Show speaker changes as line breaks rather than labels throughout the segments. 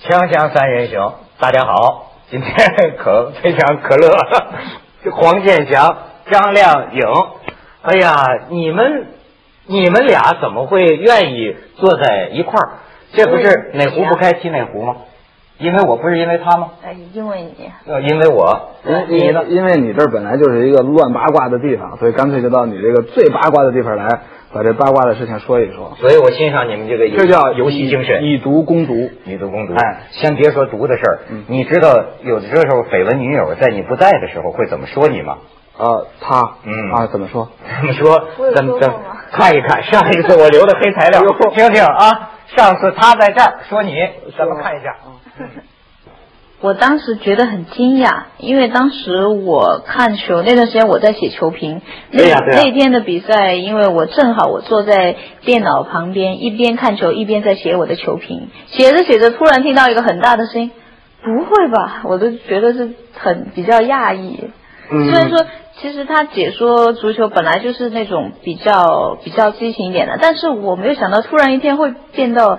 锵锵三人行，大家好，今天可非常可乐， 黄健翔、张靓颖，哎呀，你们你们俩怎么会愿意坐在一块儿？这不是哪壶不开提哪壶吗？因为我不是因为他吗？
呃，因为你
呃，因为我，
因
你
因
呢？
因为你这儿本来就是一个乱八卦的地方，所以干脆就到你这个最八卦的地方来，把这八卦的事情说一说。
所以我欣赏你们这个
这叫
游戏精神。
以毒攻毒。
女毒攻毒，
哎，
先别说毒的事儿，
嗯
你知道有的时候绯闻女友在你不在的时候会怎么说你吗？
呃，他，
嗯
啊，怎么说？
他们说
我有啊
怎么
说
怎
过
么
吗
看一 看上一次我留的黑材料
哎呦，
听听啊。上次他在这儿说你，
啊
咱们看一下。
我当时觉得很惊讶，因为当时我看球那段时间我在写球评，那、
对呀对呀
那天的比赛，因为我正好我坐在电脑旁边，一边看球一边在写我的球评，写着写着突然听到一个很大的声音，不会吧？我都觉得是很比较讶异。
嗯
虽然说，其实他解说足球本来就是那种比较比较激情一点的，但是我没有想到突然一天会变到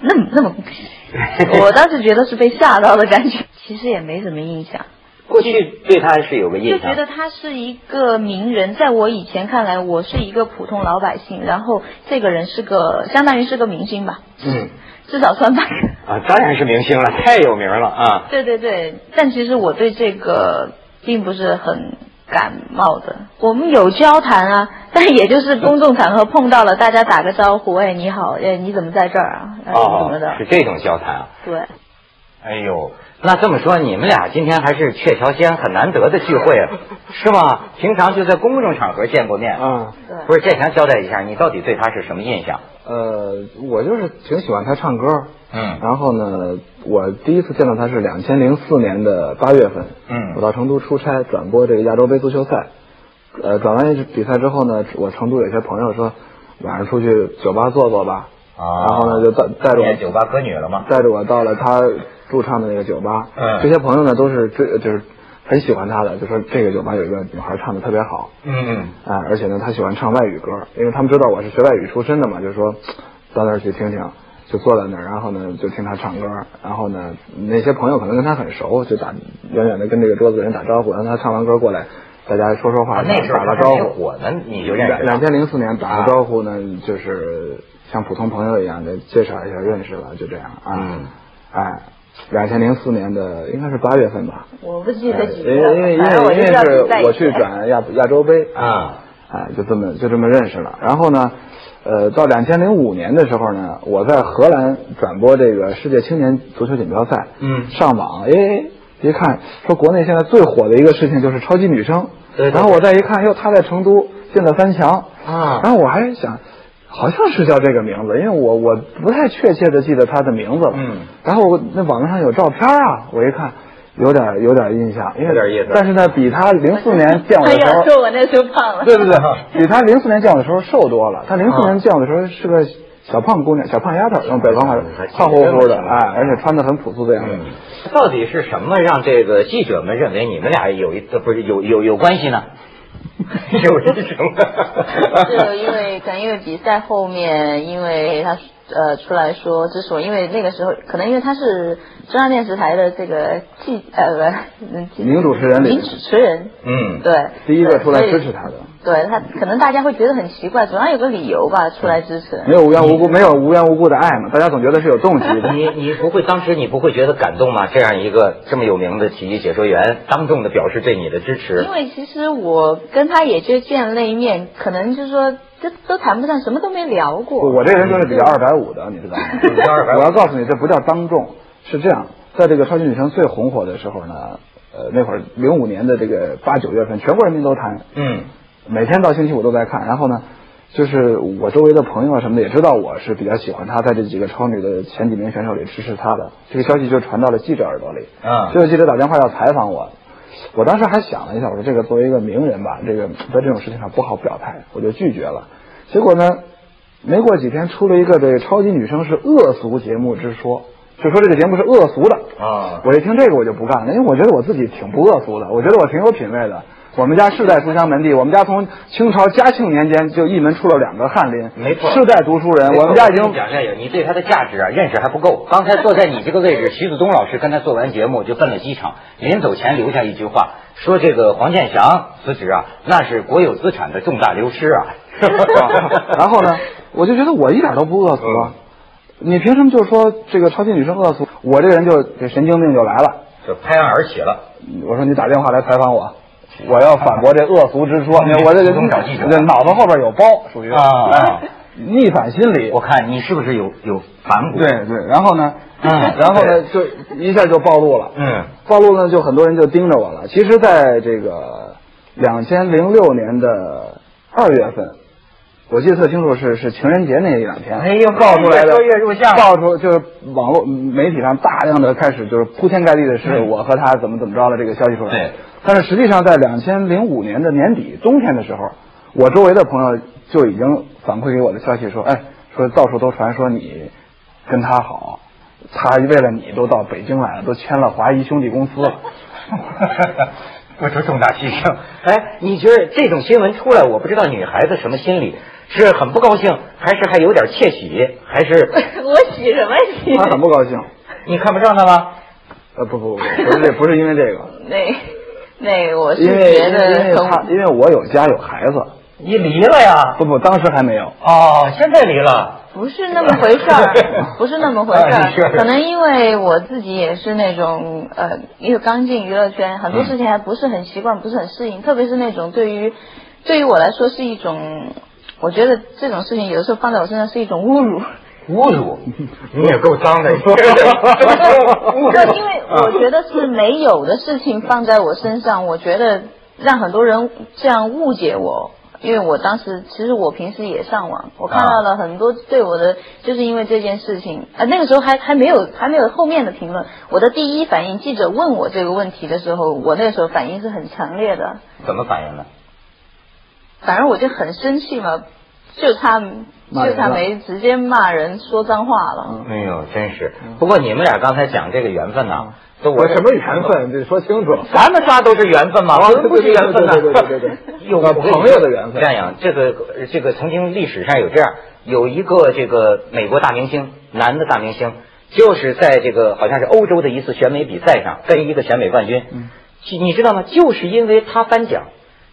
那么那么，
嗯
我当时觉得是被吓到的感觉，其实也没什么印象，
过去对他是有个
就
印
觉
象，
得他是一个名人，在我以前看来，我是一个普通老百姓，然后这个人是个相当于是个明星吧，
嗯
至少算半个。
啊，当然是明星
嗯
了，太有名了啊。
对对对，但其实我对这个并不是很感冒的。我们有交谈啊，但也就是公众场合碰到了，大家打个招呼，哎，你好，哎，你怎么在这儿啊？哎，
哦
怎么的？
哦是这种交谈啊。
对，
哎呦，那这么说，你们俩今天还是鹊桥西安很难得的聚会 啊，是吗？平常就在公众场合见过面。
嗯
啊，
对
不是，建强交代一下，你到底对他是什么印象？
呃，我就是挺喜欢他唱歌。
嗯
然后呢，我第一次见到他是两千零四年的八月份，
嗯
我到成都出差转播这个亚洲杯足球赛，呃，转完比赛之后呢，我成都有些朋友说晚上出去酒吧坐坐吧，
啊
然后呢就带带着我
酒吧歌女了吗？
带着我到了他驻唱的那个酒吧。
嗯
这些朋友呢都是这就是很喜欢他的，就说这个酒吧有一个女孩唱的特别好，
嗯
啊、而且呢她喜欢唱外语歌，因为他们知道我是学外语出身的嘛，就说到那儿去听听。就坐在那儿，然后呢，就听他唱歌，然后呢，那些朋友可能跟他很熟，就打远远的跟这个桌子人打招呼，然后他唱完歌过来，大家说说话，
啊那时候
打
他
个
还
招
没
呼，
火呢，你就认识
两
他
千零四年打
啊
个招呼呢，就是像普通朋友一样的介绍一下认识了，就这样啊。
嗯
哎，两千零四年的应该是八月份吧。
我不记得几
因
个
为哎因为因
了，反正我
为
就
因为
知道
是
比赛
我去
以前
转亚亚洲杯
啊，
哎，就这么就这么认识了。然后呢，呃，到两千零五年的时候呢，我在荷兰转播这个世界青年足球锦标赛，
嗯
上网，哎，一看说国内现在最火的一个事情就是超级女声，
对对
然后我再一看，哟，她在成都进了三强，
啊
然后我还想。好像是叫这个名字，因为我我不太确切的记得她的名字了。
嗯，
然后我那网络上有照片啊，我一看，有点有点印象，因为
有点意思
但是呢，比她零四年见我的
哎
时候，
呀，说我那时候 胖了。
对对对，比他零四年见我的时候瘦多了。他零四年见我的时候是个小胖姑娘、小胖丫头，用北方话说
还，记得
胖乎乎的，
真的
哎，而且穿的很朴素的样子
嗯。，到底是什么让这个记者们认为你们俩有一呃不是有有有关系 呢？有一种，
就因为可能因为比赛后面，因为他呃出来说，之所以因为那个时候，可能因为他是中央电视台的这个记呃不嗯记
名主持人里
名主持人，
嗯，
对，
第一个
对
出来
所以
支持他的
对他可能大家会觉得很奇怪，总要有个理由吧，出来支持。
没有无缘无故，没有无缘无故的爱嘛，大家总觉得是有动 机的。
你你不会当时你不会觉得感动吗？这样一个这么有名的体育解说员，当众的表示对你的支持
因，为其实我跟他也就见了一面，可能就是说这都谈不上，什么都没聊过。
我这个人就是比较二百五的，你知道吗？
比较250
我要告诉你，这不叫当众，是这样，在这个超级女声最红火的时候呢，呃，那会儿零五年的这个八九月份，全国人民都谈，
嗯，
每天到星期五都在看。然后呢，就是我周围的朋友啊什么的也知道我是比较喜欢他，在这几个超女的前几名选手里支持他的。这个消息就传到了记者耳朵里，
嗯
就有记者打电话要采访我。我当时还想了一下，我说这个作为一个名人吧，这个在这种事情上不好表态，我就拒绝了。结果呢，没过几天出了一个这个超级女声是恶俗节目之说，就说这个节目是恶俗的
啊
我一听这个我就不干了，因为我觉得我自己挺不恶俗的，我觉得我挺有品位的。我们家世代书香门第，我们家从清朝嘉庆年间就一门出了两个翰林，
没错
世代读书人。
没错
呃我们家已
跟
经
你讲这个，你对他的价值啊认识还不够。刚才坐在你这个位置，徐子东老师跟他做完节目就奔了机场，临走前留下一句话，说这个黄健翔辞职啊，那是国有资产的重大流失啊。
然后呢，我就觉得我一点都不恶俗
嗯
啊，你凭什么就说这个超级女生恶俗？我这人就这神经病就来了。
就拍案而起了。
我说你打电话来采访我，我要反驳这恶俗之说。
嗯
我这
主动找记者
这脑子后边有包，属于
啊啊
哎逆反心理。
我看你是不是有有反骨？
对，对，然后呢，
嗯
然后呢，就一下就暴露了。
嗯，
暴露呢，就很多人就盯着我了。其实，在这个两千零六年的二月份，我记得特清楚是是情人节那一两天，
哎呦
爆出来的
越说越入相了
爆出就是网络媒体上大量的开始就是铺天盖地的是
嗯
我和他怎么怎么着了这个消息出来。
对，
但是实际上在两千零五年的年底冬天的时候，我周围的朋友就已经反馈给我的消息说，哎，说到处都传说你跟他好，他为了你都到北京来了，都签了华谊兄弟公司了。
我说重大牺牲。哎，你觉得这种新闻出来，我不知道女孩子什么心理，是很不高兴，还是还有点窃喜，还是 哎
我洗什么洗？
他很不高兴。
你看不上他吗？
呃，不不不，不是这，不是因为这个，
那那我 是
因为
觉
因为
得
他
从
因为我有家有孩子，
你离了呀？
不不，当时还没有。
哦，现在离了。
不是那么回事儿，不是那么回事
啊是
儿。可能因为我自己也是那种呃，因为刚进娱乐圈，很多事情还不是很习惯，不是很适应，特别是那种对于对于我来说是一种，我觉得这种事情有的时候放在我身上是一种侮辱。
侮辱， 你也够脏 的。嗯
就因为我觉得是没有的事情放在我身上，我觉得让很多人这样误解我。因为我当时其实我平时也上网，我看到了很多对我的，就是因为这件事情，啊、那个时候还还没有还没有后面的评论。我的第一反应，记者问我这个问题的时候，我那时候反应是很强烈的，
怎么反应呢？
反正我就很生气嘛，就他
骂人嗯了
就他没直接骂人说脏话了，
哎呦，真是。不过你们俩刚才讲这个缘分呐，都
我什么缘分？得说清楚。
咱们仨都是缘分嘛，
啊
我们不是缘分呐，
对对对对对 对
有
啊朋友的缘分
这样，这个这个曾经历史上有这样有一个这个美国大明星，男的大明星，就是在这个好像是欧洲的一次选美比赛上跟一个选美冠军，
嗯
就你知道吗？就是因为他颁奖，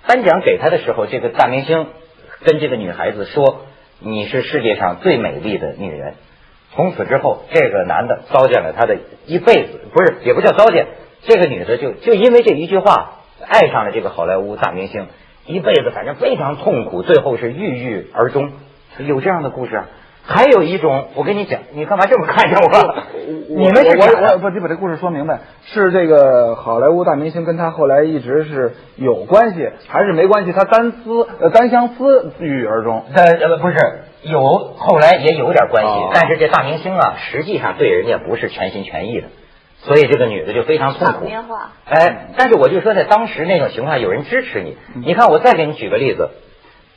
颁奖给他的时候，这个大明星跟这个女孩子说：“你是世界上最美丽的女人。”从此之后，这个男的糟践了他的一辈子，不是也不叫糟践，这个女的就就因为这一句话爱上了这个好莱坞大明星，一辈子反正非常痛苦，最后是郁郁而终。有这样的故事啊，还有一种，我跟你讲，你干嘛这么看着我？你们是
我
假的
我我不，你把这故事说明白，是这个好莱坞大明星跟他后来一直是有关系，还是没关系？他单思呃单相思郁郁而终。
呃呃不是有，后来也有点关系，
哦
但是这大明星啊，实际上对人家不是全心全意的，所以这个女的就非常痛
场
苦。
面话。
哎，但是我就说，在当时那种情况，有人支持你。你看，我再给你举个例子，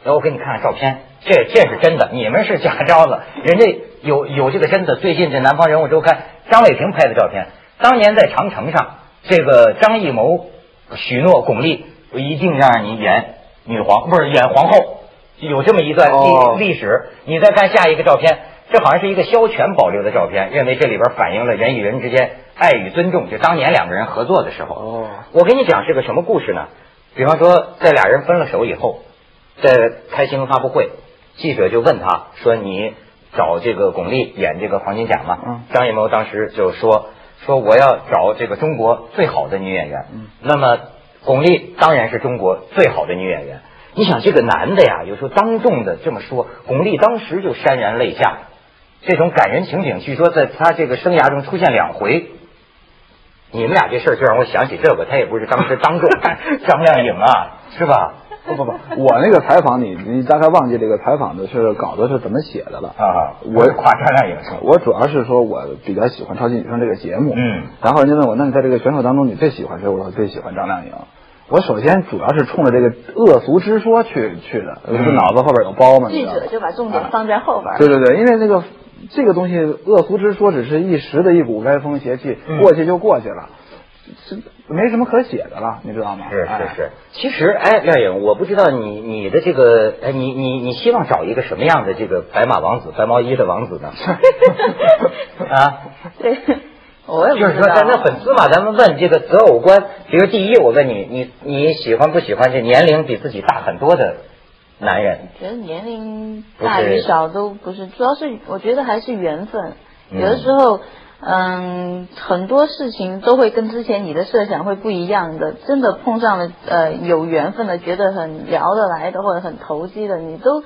然后我给你看看照片，这这是真的，你们是假招子。人家有有这个真的，最近这《南方人物周刊》张伟平拍的照片，当年在长城上，这个张艺谋、许诺、巩俐我一定让你演女皇，不是演皇后，有这么一段历、
哦
历史。你再看下一个照片。这好像是一个肖全保留的照片，认为这里边反映了人与人之间爱与尊重，就当年两个人合作的时候。
哦
我跟你讲是个什么故事呢？比方说，在俩人分了手以后，在开新闻发布会，记者就问他说：“你找这个巩俐演这个黄金甲吗？”
嗯
张艺谋当时就说：“说我要找这个中国最好的女演员。
嗯
那么巩俐当然是中国最好的女演员。你想这个男的呀，有时候当众的这么说，巩俐当时就潸然泪下。这种感人情景，据说在他这个生涯中出现两回。你们俩这事儿就让我想起这个，他也不是当时 当众张靓颖啊，是吧？
不不不，我那个采访你，你大概忘记这个采访的是稿子是怎么写的了。
啊，
我
夸张亮也是
我主要是说我比较喜欢《超级女声》这个节目，
嗯，
然后人家问我，那你在这个选手当中你最喜欢谁？我说最喜欢张靓颖。我首先主要是冲着这个恶俗之说去去的，
嗯
这脑子后边有包嘛。你知
记
道吗
者就把重
嗯
点放在后边儿。
对对对，因为那个这个东西恶俗之说只是一时的一股歪风邪气，
嗯
过去就过去了。没什么可写的了，你知道吗？
是
哎
是是，其实哎，廖颖，我不知道你你的这个哎，你你你希望找一个什么样的这个白马王子、白毛衣的王子呢？ 啊，
对， 我也不
就是
知
说，
道。
咱们粉丝嘛，咱们问这个择偶观，比如第一，我问你，你你喜欢不喜欢这年龄比自己大很多的男人？
觉得年龄
不
大
是
与小都不是，主要是我觉得还是缘分。
嗯
有的时候，嗯，很多事情都会跟之前你的设想会不一样的。真的碰上了呃有缘分的，觉得很聊得来的或者很投机的，你都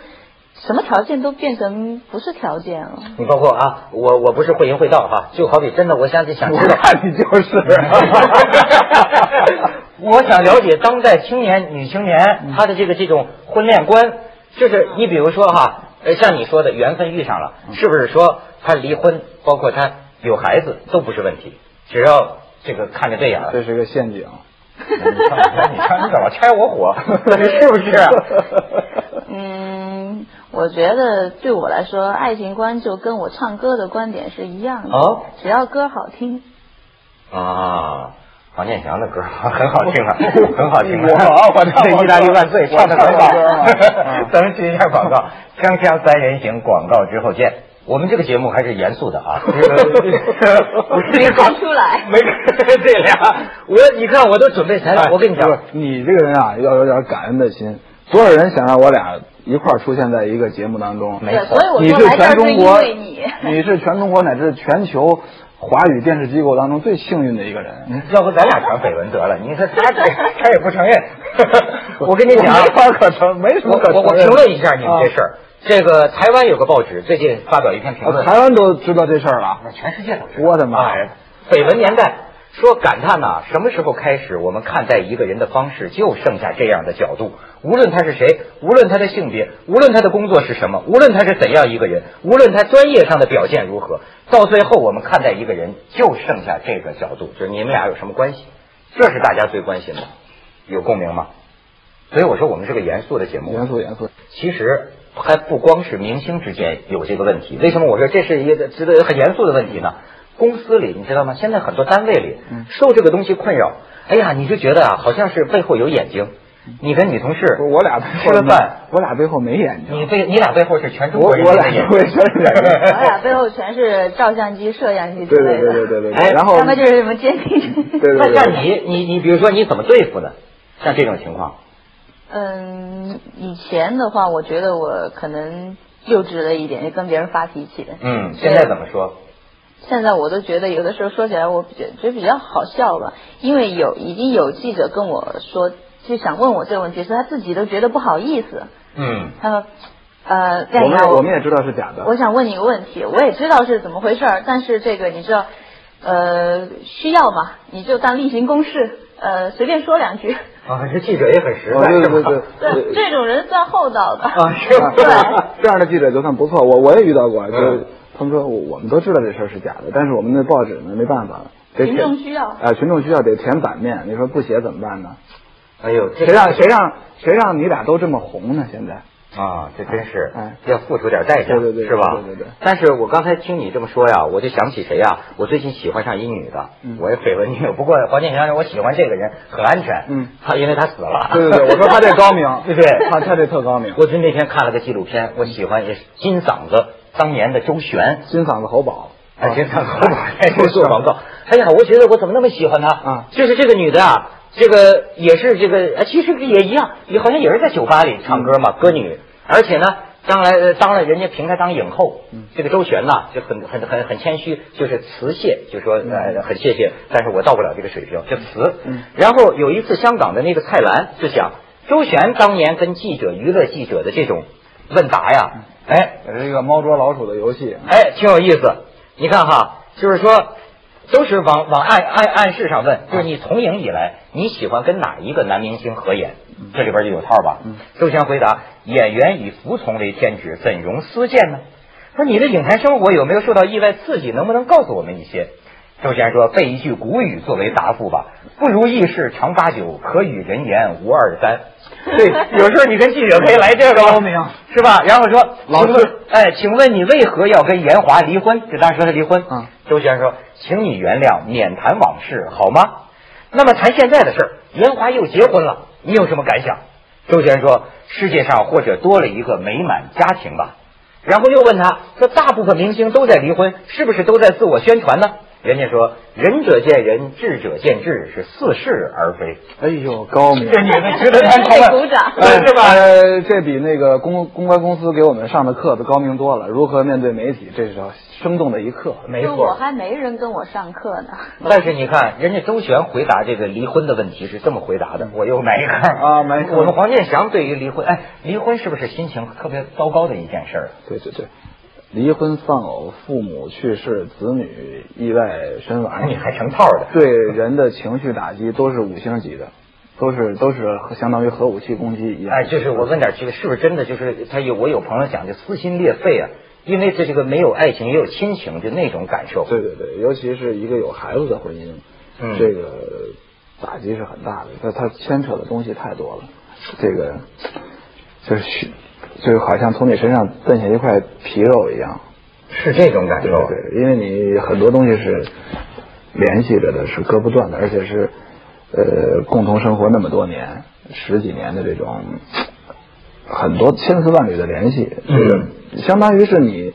什么条件都变成不是条件了。
你包括啊，我我不是会淫会道哈，就好比真的，我想想
我
知道，
看你就是。
我想了解当代青年女青年她的这个这种婚恋观，就是你比如说哈，呃，像你说的缘分遇上了，是不是说她离婚，包括她有孩子都不是问题，只要 这个看着对眼了。
这是个陷 阱。
你看，你看，你看，你怎么拆我 火？是不 是啊？
嗯，我觉得对我来说，爱情观就跟我唱歌的观点是一样的。
哦
只要歌好 听，
啊，黄健翔的歌很好听 啊，很好听啊。
我我唱过
意大利万岁
我
唱的很好
唱过歌啊嗯。
咱们接一下广告，锵锵三人行广告之后见。我们这个节目还是严肃的 啊，这个
没看出来
没 这俩，我你看我都准备材料，哎我跟你
不是
讲，
哎你这个人啊，要有点感恩的心。多少人想让我俩一块儿出现在一个节目当中？
没错
对，所以我
你
说
是
来这
全
儿是
中
因
国
为你。，
你是全中国乃至全球华语电视机构当中最幸运的一个人。
嗯要不咱俩传绯闻得了？你说他他也不承认， 我跟你讲啊，
没法可承，没什
我
么可
我我评
承认啊的。
论一下你们这事儿。这个台湾有个报纸最近发表一篇评
啊
论，
台湾都知道这事儿了。
全世界都知道。
我的妈
哎！绯闻年代说感叹呐、什么时候开始我们看待一个人的方式就剩下这样的角度？无论他是谁，无论他的性别，无论他的工作是什么，无论他是怎样一个人，无论他专业上的表现如何，到最后我们看待一个人就剩下这个角度，就是你们俩有什么关系？这是大家最关心的，有共鸣吗？所以我说我们是个严肃的节目，啊
严肃严肃，
其实还不光是明星之间有这个问题。为什么我说这是一个值得很严肃的问题呢？公司里你知道吗？现在很多单位里
嗯
受这个东西困扰，哎呀，你就觉得啊，好像是背后有眼睛。你跟女同事，
不是嗯我俩背
吃
后
了
没
饭，，
我俩背后没眼 睛。
你背你俩背后是全中国人
我
民
我俩
的眼
背
睛
后
哎
是全 中国人民的眼
我俩背后全是照相机、摄像机之
对
类
对
的。
对对对对
哎
对。然后
要么就是什么监听。
对对
那
对
像你你你，比如说你怎么对付呢？像这种情况，
嗯，以前的话，我觉得我可能幼稚了一点，就跟别人发脾气。
嗯，现在怎么说？
现在我都觉得有的时候说起来，我比较觉得比较好笑吧，因为有已经有记者跟我说，就想问我这个问题，是他自己都觉得不好意思。
嗯，
他说，呃，
我
亮
们
亮，
我们也知道是假的。
我想问你个问题，我也知道是怎么回事儿，但是这个你知道，呃，需要嘛，你就当例行公事，呃，随便说两句。
啊，这记者也很实
哦
在，
对
是
对
吧
对
对，这种人算厚道的。
啊，是吧？
对
这样的记者就算不错，我我也遇到过，就
嗯
是他们说我我们都知道这事儿是假的，但是我们的报纸呢没办法了，得
群
填
众需要
啊、群众需要得填版面，你说不写怎么 办呢？
哎呦，这
谁让谁让谁让你俩都这么红呢？现在
啊，这真是
哎
要付出点代价，
对对对
是吧？
对对对
但是我刚才听你这么说呀，我就想起谁呀？我最近喜欢上一女的，
嗯
我也绯闻女友。不过黄健翔说我喜欢这个人很安全，
嗯，
他因为他死了。
对对对我说他这高 明
对不 对，
啊他他这特高明
我就那天看了个纪录片，我喜欢也是金嗓子当年的周璇，
金嗓子喉宝，
哎，金嗓子 喉宝
是
这做广告。哎呀，我觉得我怎么那么喜欢她
啊
就是这个女的啊，这个也是这个，呃其实也一样，也好像也是在酒吧里唱歌
嗯
嘛，歌女。而且呢，当来呃当了人家评她当影后，
嗯
这个周璇呐就很很很很谦虚，就是辞谢，就说呃
嗯
很谢谢，但是我到不了这个水平，就辞。
嗯
然后有一次香港的那个蔡澜就想，周璇当年跟记者娱乐记者的这种问答呀，
嗯
哎，
也是一个猫捉老鼠的游戏。
哎，挺有意思。你看哈，就是说，都是往往暗暗暗示上问，就是你从影以来，你喜欢跟哪一个男明星合演？这里边就有套吧
嗯。
周璇回答：演员以服从为天职，怎容私见呢？说你的影坛生活有没有受到意外刺激？能不能告诉我们一些？周璇说：“背一句古语作为答复吧，不如意事常八九，可与人言无二三。”对，有时候你跟记者可以来这个
高明
是吧？然后说，
老
请
师
问，哎，请问你为何要跟严华离婚？就当时说他离婚。
嗯，
周璇说，请你原谅，免谈往事，好吗？那么谈现在的事儿，严华又结婚了，你有什么感想？周璇说：“世界上或者多了一个美满家庭吧。”然后又问他：“说大部分明星都在离婚，是不是都在自我宣传呢？”人家说：“仁者见仁，智者见智，是似是而 非。
哎呦，高”明！
这女的值得咱
得
讨
鼓
论，
掌
对哎是吧？
呃，这比那个公公关公司给我们上的课子高明多了。如何面对媒体，这是生动的一课。
没
就我
错。
还没人跟我上课呢。
嗯
但是你看，人家周璇回答这个离婚的问题是这么回答的，我又买一看
嗯啊买一看
我们黄健翔对于离婚，哎，离婚是不是心情特别糟糕的一件事儿啊？
对对对，离婚、丧偶、父母去世、子女意外身亡，
啊你还成套的。
对人的情绪打击都是五星级的，都是都是相当于核武器攻击一样。
哎，就是我问点这个是不是真的？就是他有我有朋友讲，就撕心裂肺啊，因为这这个没有爱情也有亲情，就那种感受。
对对对，尤其是一个有孩子的婚姻，
嗯
这个打击是很大的，它它牵扯的东西太多了，这个就是虚就是好像从你身上蹬下一块皮肉一样，
是这种感
对
受啊。
对对，因为你很多东西是联系着的，是割不断的，而且是呃共同生活那么多年，十几年的这种很多千丝万缕的联系，
嗯
这个、相当于是你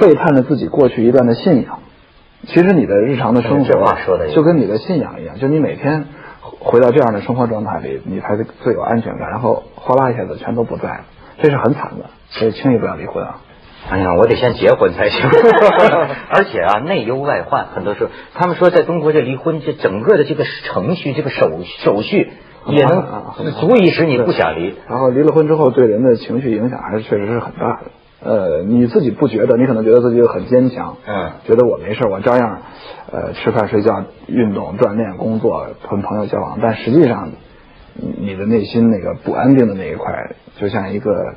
背叛了自己过去一段的信仰。其实你的日常的生
嗯这
活啊
话说得也
就跟你的信仰一样，就你每天回到这样的生活状态里，你才最有安全感。然后哗啦一下子全都不在了，这是很惨的，所以轻易不要离婚啊。
哎呀，我得先结婚 才行。而且啊，内忧外患，很多时候他们说在中国这离婚这整个的这个程序、这个手手续也
很麻烦啊
能
很麻烦
足以使你不想离。
然后离了婚之后，对人的情绪影响还是确实是很大的。呃，你自己不觉得，你可能觉得自己很坚强，
嗯
觉得我没事儿，我照样，呃，吃饭、睡觉、运动、锻炼、工作，跟朋友交往。但实际上，你你的内心那个不安定的那一块，就像一个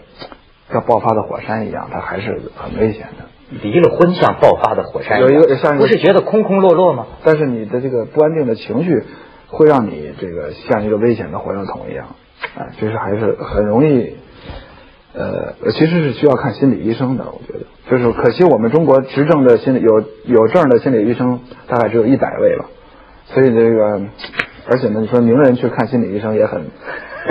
要爆发的火山一样，它还是很危险的。
离了婚像爆发的火山样，
有一个像一
不
个
是觉得空空落落吗？
但是你的这个不安定的情绪，会让你这个像一个危险的火药桶一样，啊、就是还是很容易，呃，其实是需要看心理医生的，我觉得，就是可惜我们中国执政的心理有有证的心理医生大概只有一百位吧，所以这个，而且呢，你说名人去看心理医生也很。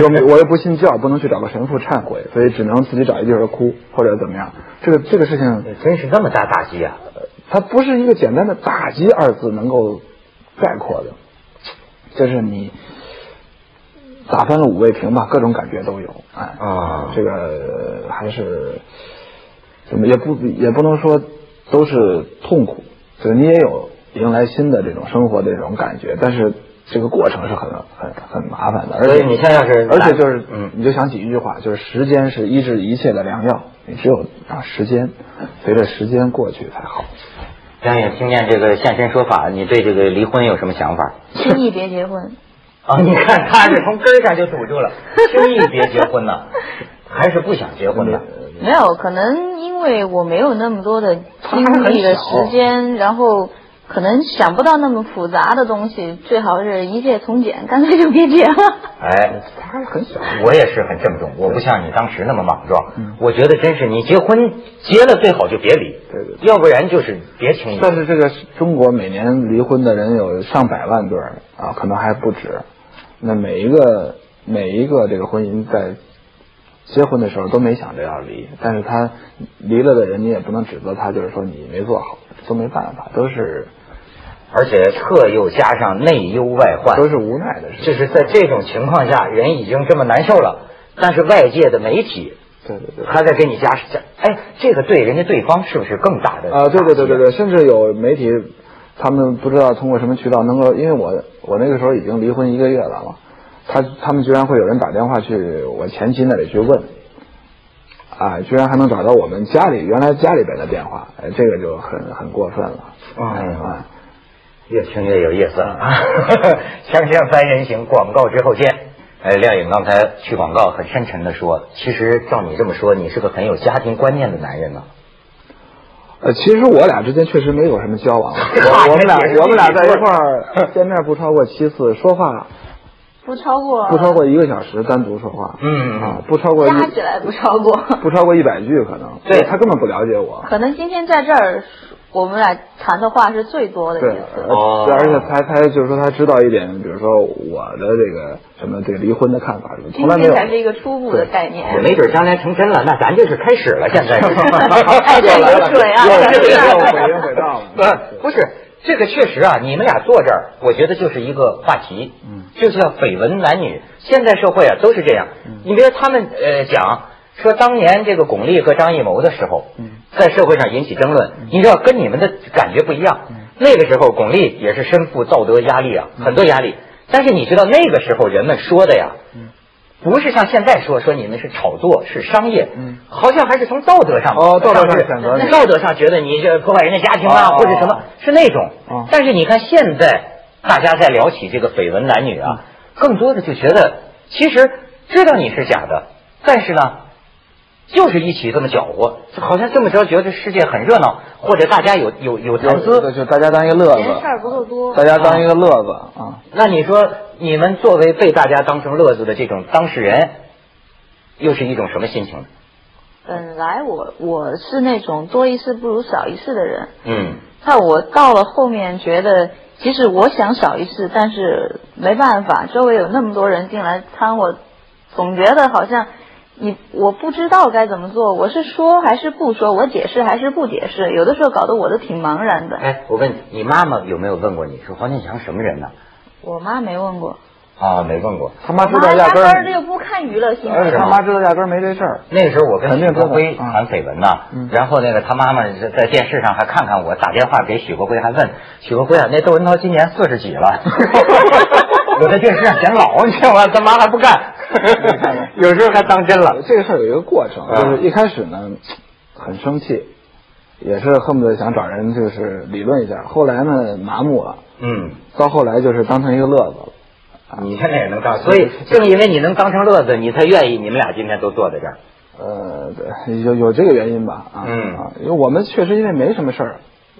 又没我又不信教，不能去找个神父忏悔，所以只能自己找一地方哭或者怎么样。这个这个事情
真是那么大打击啊！
它不是一个简单的“打击”二字能够概括的，就是你打翻了五味瓶吧，各种感觉都有。哎，
啊
这个呃还是怎么也不也不能说都是痛苦，就是你也有迎来新的这种生活的这种感觉，但是这个过程是很很很麻烦的。而
所以
且
你现在是
而且就是
嗯
你就想起一句话，就是时间是医治一切的良药，你只有让时间随着时间过去才好。
张颖，听见这个现身说法，你对这个离婚有什么想法？
轻易别结婚，
啊，你看他是从根儿上就堵住了，轻易别结婚 呐，还是不想结婚呢？
没有，可能因为我没有那么多的精力的时间，然后可能想不到那么复杂的东西，最好是一切从简，干脆就别结了。
哎，
他还很小，
我也是很郑重，我不像你当时那么莽
嗯
撞。我觉得真是，你结婚结了最好就别离，
对对
要不然就是别轻易。
但是这个中国每年离婚的人有上百万对儿啊，可能还不止。那每一个每一个这个婚姻在结婚的时候都没想着要离，但是他离了的人，你也不能指责他，就是说你没做好，都没办法，都是
而且特又加上内忧外患，
都是无奈的事。
就是在这种情况下，人已经这么难受了，但是外界的媒体
对对对。
还在给你加，哎，这个对人家对方是不是更大的
啊，对对对对
打击啊
对，甚至有媒体，他们不知道通过什么渠道能够，因为我我那个时候已经离婚一个月了嘛，他他们居然会有人打电话去我前妻那里去问，啊，居然还能找到我们家里原来家里边的电话，哎，这个就很很过分了，
哎呀
啊，
越听越有意思 啊！锵锵三人行，广告之后见。哎，亮颖刚才去广告很深沉的说，其实照你这么说，你是个很有家庭观念的男人呢、
呃，其实我俩之间确实没有什么交往， 我我们俩我们俩在一块儿见面不超过七次，说话
不超过，
不超过一个小时单独说话，
嗯
啊，不超过一
加起来不超过。
不超过一百句可能，
对
他根本不了解我，
可能今天在这儿我们俩谈的话是最多的
对，
一次。
而
哦
对，而且他他就是说他知道一点，比如说我的这个什么对离婚的看法什么，
今
从来没
天
有。
才是一个初步的概念。
也没准将来成真了，那咱就是开始了。 现在，
哎对有水啊
这个
有
水啊有水到了
不不是这个确实啊，你们俩坐这儿，我觉得就是一个话题，
嗯，
就像绯闻男女，现在社会啊都是这样。
嗯
你比如他们呃讲说当年这个巩俐和张艺谋的时候，
嗯，
在社会上引起争论，你知道跟你们的感觉不一样。
嗯
那个时候巩俐也是身负道德压力啊，很多压
嗯
力。但是你知道那个时候人们说的呀，不是像现在说说你们是炒作是商业，
嗯
好像还是从道德上
哦道德上
是
谴责你
道德上觉得你这破坏人家家庭啊，
哦
或者什么是那种。
哦
但是你看现在大家在聊起这个绯闻男女
嗯
啊，更多的就觉得其实知道你是假的，但是呢，就是一起这么搅和，好像这么着觉得世界很热闹，或者大家有有有谈资，
就就大家当一个乐
嫌事儿
子，
不嗯够多。
大家当一个乐子啊。
那你说，你们作为被大家当成乐子的这种当事人，又是一种什么心情？
本来我我是那种多一事不如少一事的人，
嗯，
但我到了后面觉得，即使我想少一事，但是没办法，周围有那么多人进来掺和，总觉得好像你我不知道该怎么做，我是说还是不说，我解释还是不解释，有的时候搞得我都挺茫然的。
哎，我问你，你妈妈有没有问过你说黄健翔什么人呢？
我妈没问过，
啊，没问过。
他妈
我
知
妈
道压
压
根
根儿
儿，哎
就不看娱乐新
而且
闻。
他妈知道压根儿没这事儿。
那个时候我跟
肯
许
定
国辉
知道嗯
谈绯闻呢，
嗯
然后那个他妈妈在在电视上还看看我，打电话给许国辉还问许国辉啊，那窦文涛今年四十几 了，我在电视上显老，你知道吗？他妈还不干， 有时候还当真了。
这个事儿有一个过程，
啊
就是一开始呢，很生气，也是恨不得想找人就是理论一下。后来呢，麻木了，
嗯，
到后来就是当成一个乐子了。啊
你现在也能当，所以正因为你能当成乐子，你才愿意你们俩今天都坐在这儿。
呃，对，有有这个原因吧，啊，
嗯
啊，因为我们确实因为没什么事儿，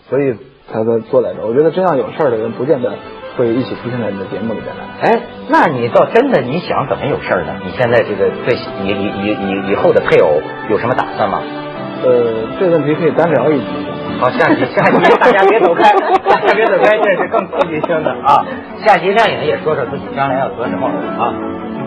所以才在坐在这儿。我觉得真要有事儿的人，不见得会一起出现在你的节目里边来。
哎，那你倒真的你想怎么有事儿呢？你现在这个对以以以以以后的配偶有什么打算吗？
呃，这个问题可以单聊一集。
好，下集下集大家别走开，大家别走开，这是更刺激性的啊！下集亮颖也说说自己将来要得什么啊。